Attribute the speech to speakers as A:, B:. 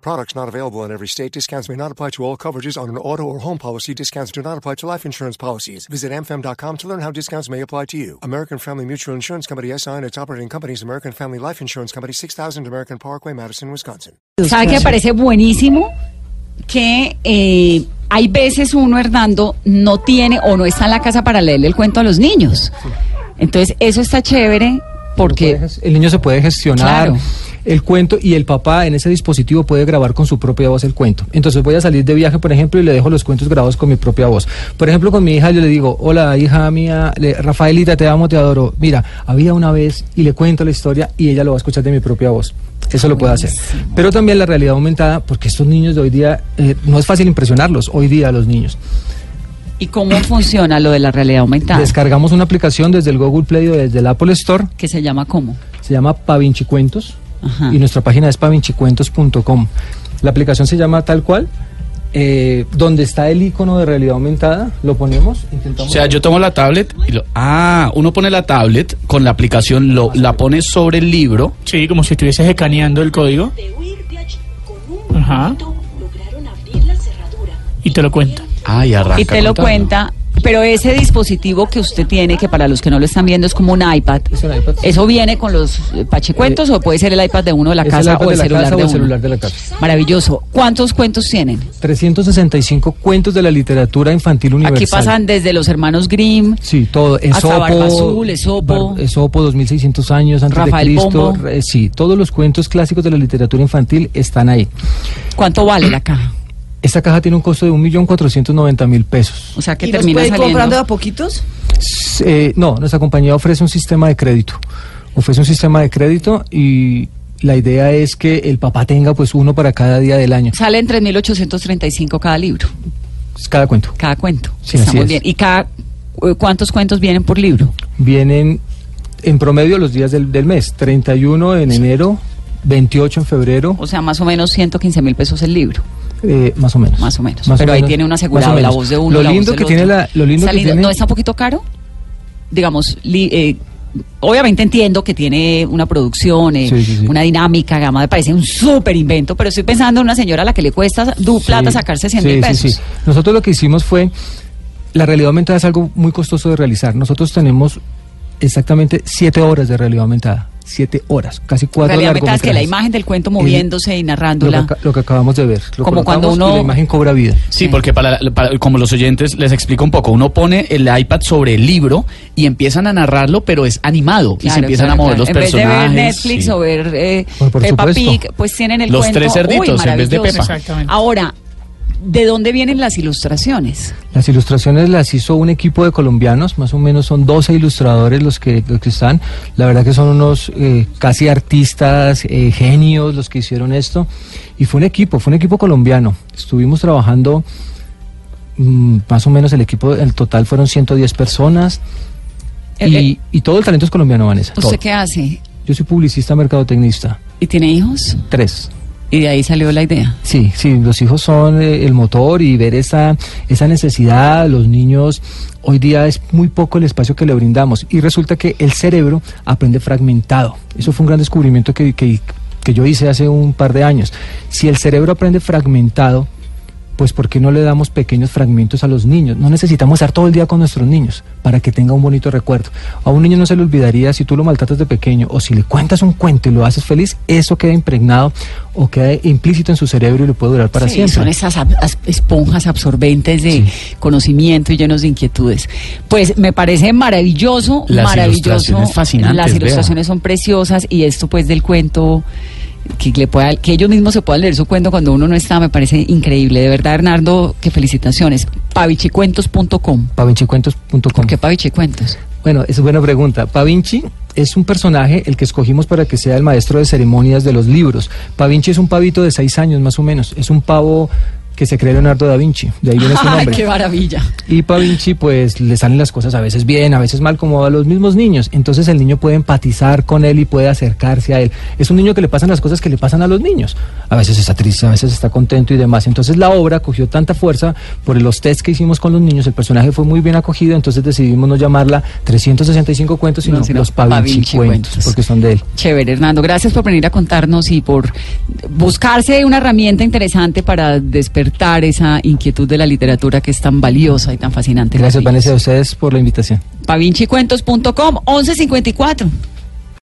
A: Products not available in every state. Discounts may not apply to all coverages on an auto or home policy. Discounts do not apply to life insurance policies. Visit amfam.com to learn how discounts may apply to you. American Family Mutual Insurance Company SI and its operating companies American Family Life Insurance Company 6000 American Parkway, Madison, Wisconsin.
B: ¿Sabe qué me parece buenísimo? Que eh, hay veces uno, Hernando, no tiene o no está en la casa para leerle el cuento a los niños. Entonces, eso está chévere porque...
C: el niño se puede gestionar
B: Claro.
C: el cuento y el papá en ese dispositivo puede grabar con su propia voz el cuento. Entonces voy a salir de viaje, por ejemplo, y le dejo los cuentos grabados con mi propia voz. Por ejemplo, con mi hija yo le digo, hola hija mía, le- Rafaelita, te amo, te adoro. Mira, había una vez y le cuento la historia y ella lo va a escuchar de mi propia voz. Eso lo puede hacer. Pero también la realidad aumentada, porque estos niños de hoy día, eh, no es fácil impresionarlos hoy día a los niños.
B: ¿Y cómo funciona lo de la realidad aumentada?
C: Descargamos una aplicación desde el Google Play o desde el Apple Store
B: que se llama cómo.
C: se llama Pavinci Cuentos
B: Ajá.
C: y nuestra página es pavincicuentos.com. La aplicación se llama tal cual, eh, donde está el icono de realidad aumentada, lo ponemos,
D: O
C: intentamos...
D: sea, yo tomo la tablet y lo... Ah, uno pone la tablet con la aplicación, lo, la pone sobre el libro.
E: Sí, como si estuvieses escaneando el código
F: de Wirbach con un
E: Ajá.
F: movimiento lograron abrir la cerradura.
E: y te lo cuenta.
D: Ay, Ah, arranca.
B: Y te lo
D: contando.
B: cuenta, pero ese dispositivo que usted tiene, que para los que no lo están viendo es como un iPad,
C: Es un iPad.
B: ¿eso viene con los eh, pachecuentos o puede ser el iPad de uno de la
C: Es el
B: casa
C: iPad
B: o
C: de
B: el
C: la
B: celular
C: casa
B: de
C: o el
B: uno?
C: celular de la casa.
B: Maravilloso. ¿Cuántos cuentos tienen?
C: 365 cuentos de la literatura infantil universal.
B: Aquí pasan desde los hermanos Grimm.
C: Sí, todo. Esopo,
B: Barba Azul, Esopo.
C: Bar- Esopo, 2600 años antes
B: Rafael
C: de Cristo.
B: Pombo.
C: re- Sí, todos los cuentos clásicos de la literatura infantil están ahí.
B: ¿Cuánto vale la caja?
C: Esta caja tiene un costo de 1.490.000 pesos.
B: O sea, que
G: ¿Y nos
B: termina
G: puede ir
B: saliendo.
G: comprando de a poquitos?
C: Eh, no, nuestra compañía ofrece un sistema de crédito. Ofrece un sistema de crédito y la idea es que el papá tenga pues uno para cada día del año,
B: Salen 3.835 cada libro,
C: Es cada cuento.
B: cada cuento.
C: Sí,
B: Está
C: así
B: muy
C: es.
B: bien. ¿Y cada, eh, cuántos cuentos vienen por libro?
C: Vienen en promedio los días del, del mes, 31 en enero, 28 en febrero,
B: O sea, más o menos 115 mil pesos el libro.
C: eh, más o menos.
B: Más o menos. Pero ahí tiene un asegurado,
C: más o
B: la
C: menos.
B: voz de uno.
C: Lo
B: la voz
C: lindo
B: del
C: que tiene
B: otro.
C: la, lo lindo
B: Está
C: que tiene-
B: ¿No está un poquito caro? Digamos, li- eh, obviamente entiendo que tiene una producción, eh,
C: Sí, sí, sí.
B: una dinámica, gama, me parece un súper invento, pero estoy pensando en una señora a la que le cuesta du plata
C: Sí.
B: sacarse 100
C: Sí,
B: mil
C: sí,
B: pesos.
C: sí. Nosotros lo que hicimos fue, la realidad aumentada es algo muy costoso de realizar. Nosotros tenemos exactamente siete horas de realidad aumentada. Siete horas, casi cuatro
B: realidad aumentada es que la
C: largometrajes.
B: imagen del cuento
C: El-
B: moviéndose y
C: Lo que,
B: narrándola.
C: aca- lo que acabamos de ver. Lo
B: Como cuando
C: colocamos y
B: uno-
C: la imagen cobra vida.
D: Sí, porque para, para- como los oyentes les explico un poco, uno pone el iPad sobre el libro y empiezan a narrarlo, pero es animado y
B: Claro,
D: se empiezan
B: claro,
D: a mover
B: claro.
D: los
B: en
D: personajes.
B: vez de ver Netflix
D: sí.
B: o ver eh,
C: Por- por
B: Peppa
C: supuesto.
B: Pig, pues tienen el
D: Los
B: cuento.
D: tres cerditos
B: Uy,
D: en vez de
B: maravilloso.
D: Peppa.
E: Exactamente.
B: Ahora, ¿de dónde vienen las ilustraciones?
C: Las ilustraciones las hizo un equipo de colombianos, más o menos son 12 ilustradores los que, los que están. La verdad que son unos eh, casi artistas, eh, genios los que hicieron esto. Y fue un equipo, fue un equipo colombiano. Estuvimos trabajando, mm, más o menos el equipo, el total fueron 110 personas.
B: El- el-
C: Y, y todo el talento es colombiano, Vanessa.
B: Eh, ¿Usted
C: todo.
B: qué hace?
C: Yo soy publicista, mercadotecnista.
B: ¿Y tiene hijos?
C: Tres.
B: Y de ahí salió la idea.
C: Sí, sí, los hijos son eh, el motor y ver esa, esa necesidad, los niños, hoy día es muy poco el espacio que le brindamos y resulta que el cerebro aprende fragmentado. Eso fue un gran descubrimiento que, que- que yo hice hace un par de años. Si el cerebro aprende fragmentado, pues ¿por qué no le damos pequeños fragmentos a los niños? No necesitamos estar todo el día con nuestros niños para que tenga un bonito recuerdo. A un niño no se le olvidaría si tú lo maltratas de pequeño o si le cuentas un cuento y lo haces feliz, eso queda impregnado o queda implícito en su cerebro y lo puede durar para
B: Sí,
C: siempre.
B: Son esas ab- as- esponjas absorbentes de conocimiento y llenos de inquietudes. Pues me parece maravilloso,
D: Las
B: maravilloso.
D: ilustraciones fascinantes,
B: Las
D: vea.
B: ilustraciones son preciosas y esto pues del cuento que le pueda, que ellos mismos se puedan leer su cuento cuando uno no está, me parece increíble. De verdad, Hernando, que felicitaciones. Pavichicuentos.com.
C: Pavinchicuentos.com.
B: ¿Por qué Pavichicuentos?
C: Bueno, es buena pregunta. Pavinci es un personaje el que escogimos para que sea el maestro de ceremonias de los libros. Pavinci es un pavito de seis años más o menos. Es un pavo que se cree Leonardo da Vinci. De ahí viene su
B: Ay,
C: nombre.
B: qué maravilla.
C: Y Pa Vinci, pues le salen las cosas a veces bien, a veces mal, como a los mismos niños. Entonces el niño puede empatizar con él y puede acercarse a él. Es un niño que le pasan las cosas que le pasan a los niños. A veces está triste, a veces está contento y demás. Entonces la obra cogió tanta fuerza por los test que hicimos con los niños. El personaje fue muy bien acogido, entonces decidimos no llamarla 365 cuentos, sino,
B: No, sino
C: los Pa
B: Pa
C: Vinci
B: Vinci
C: cuentos,
B: cuentos.
C: porque son de él.
B: Chévere, Hernando. Gracias por venir a contarnos y por buscarse una herramienta interesante para despertar esa inquietud de la literatura que es tan valiosa y tan fascinante.
C: Gracias,
B: Para
C: Vanessa, a
B: ellos.
C: ustedes por la invitación.
B: Pavincicuentos.com, 1154.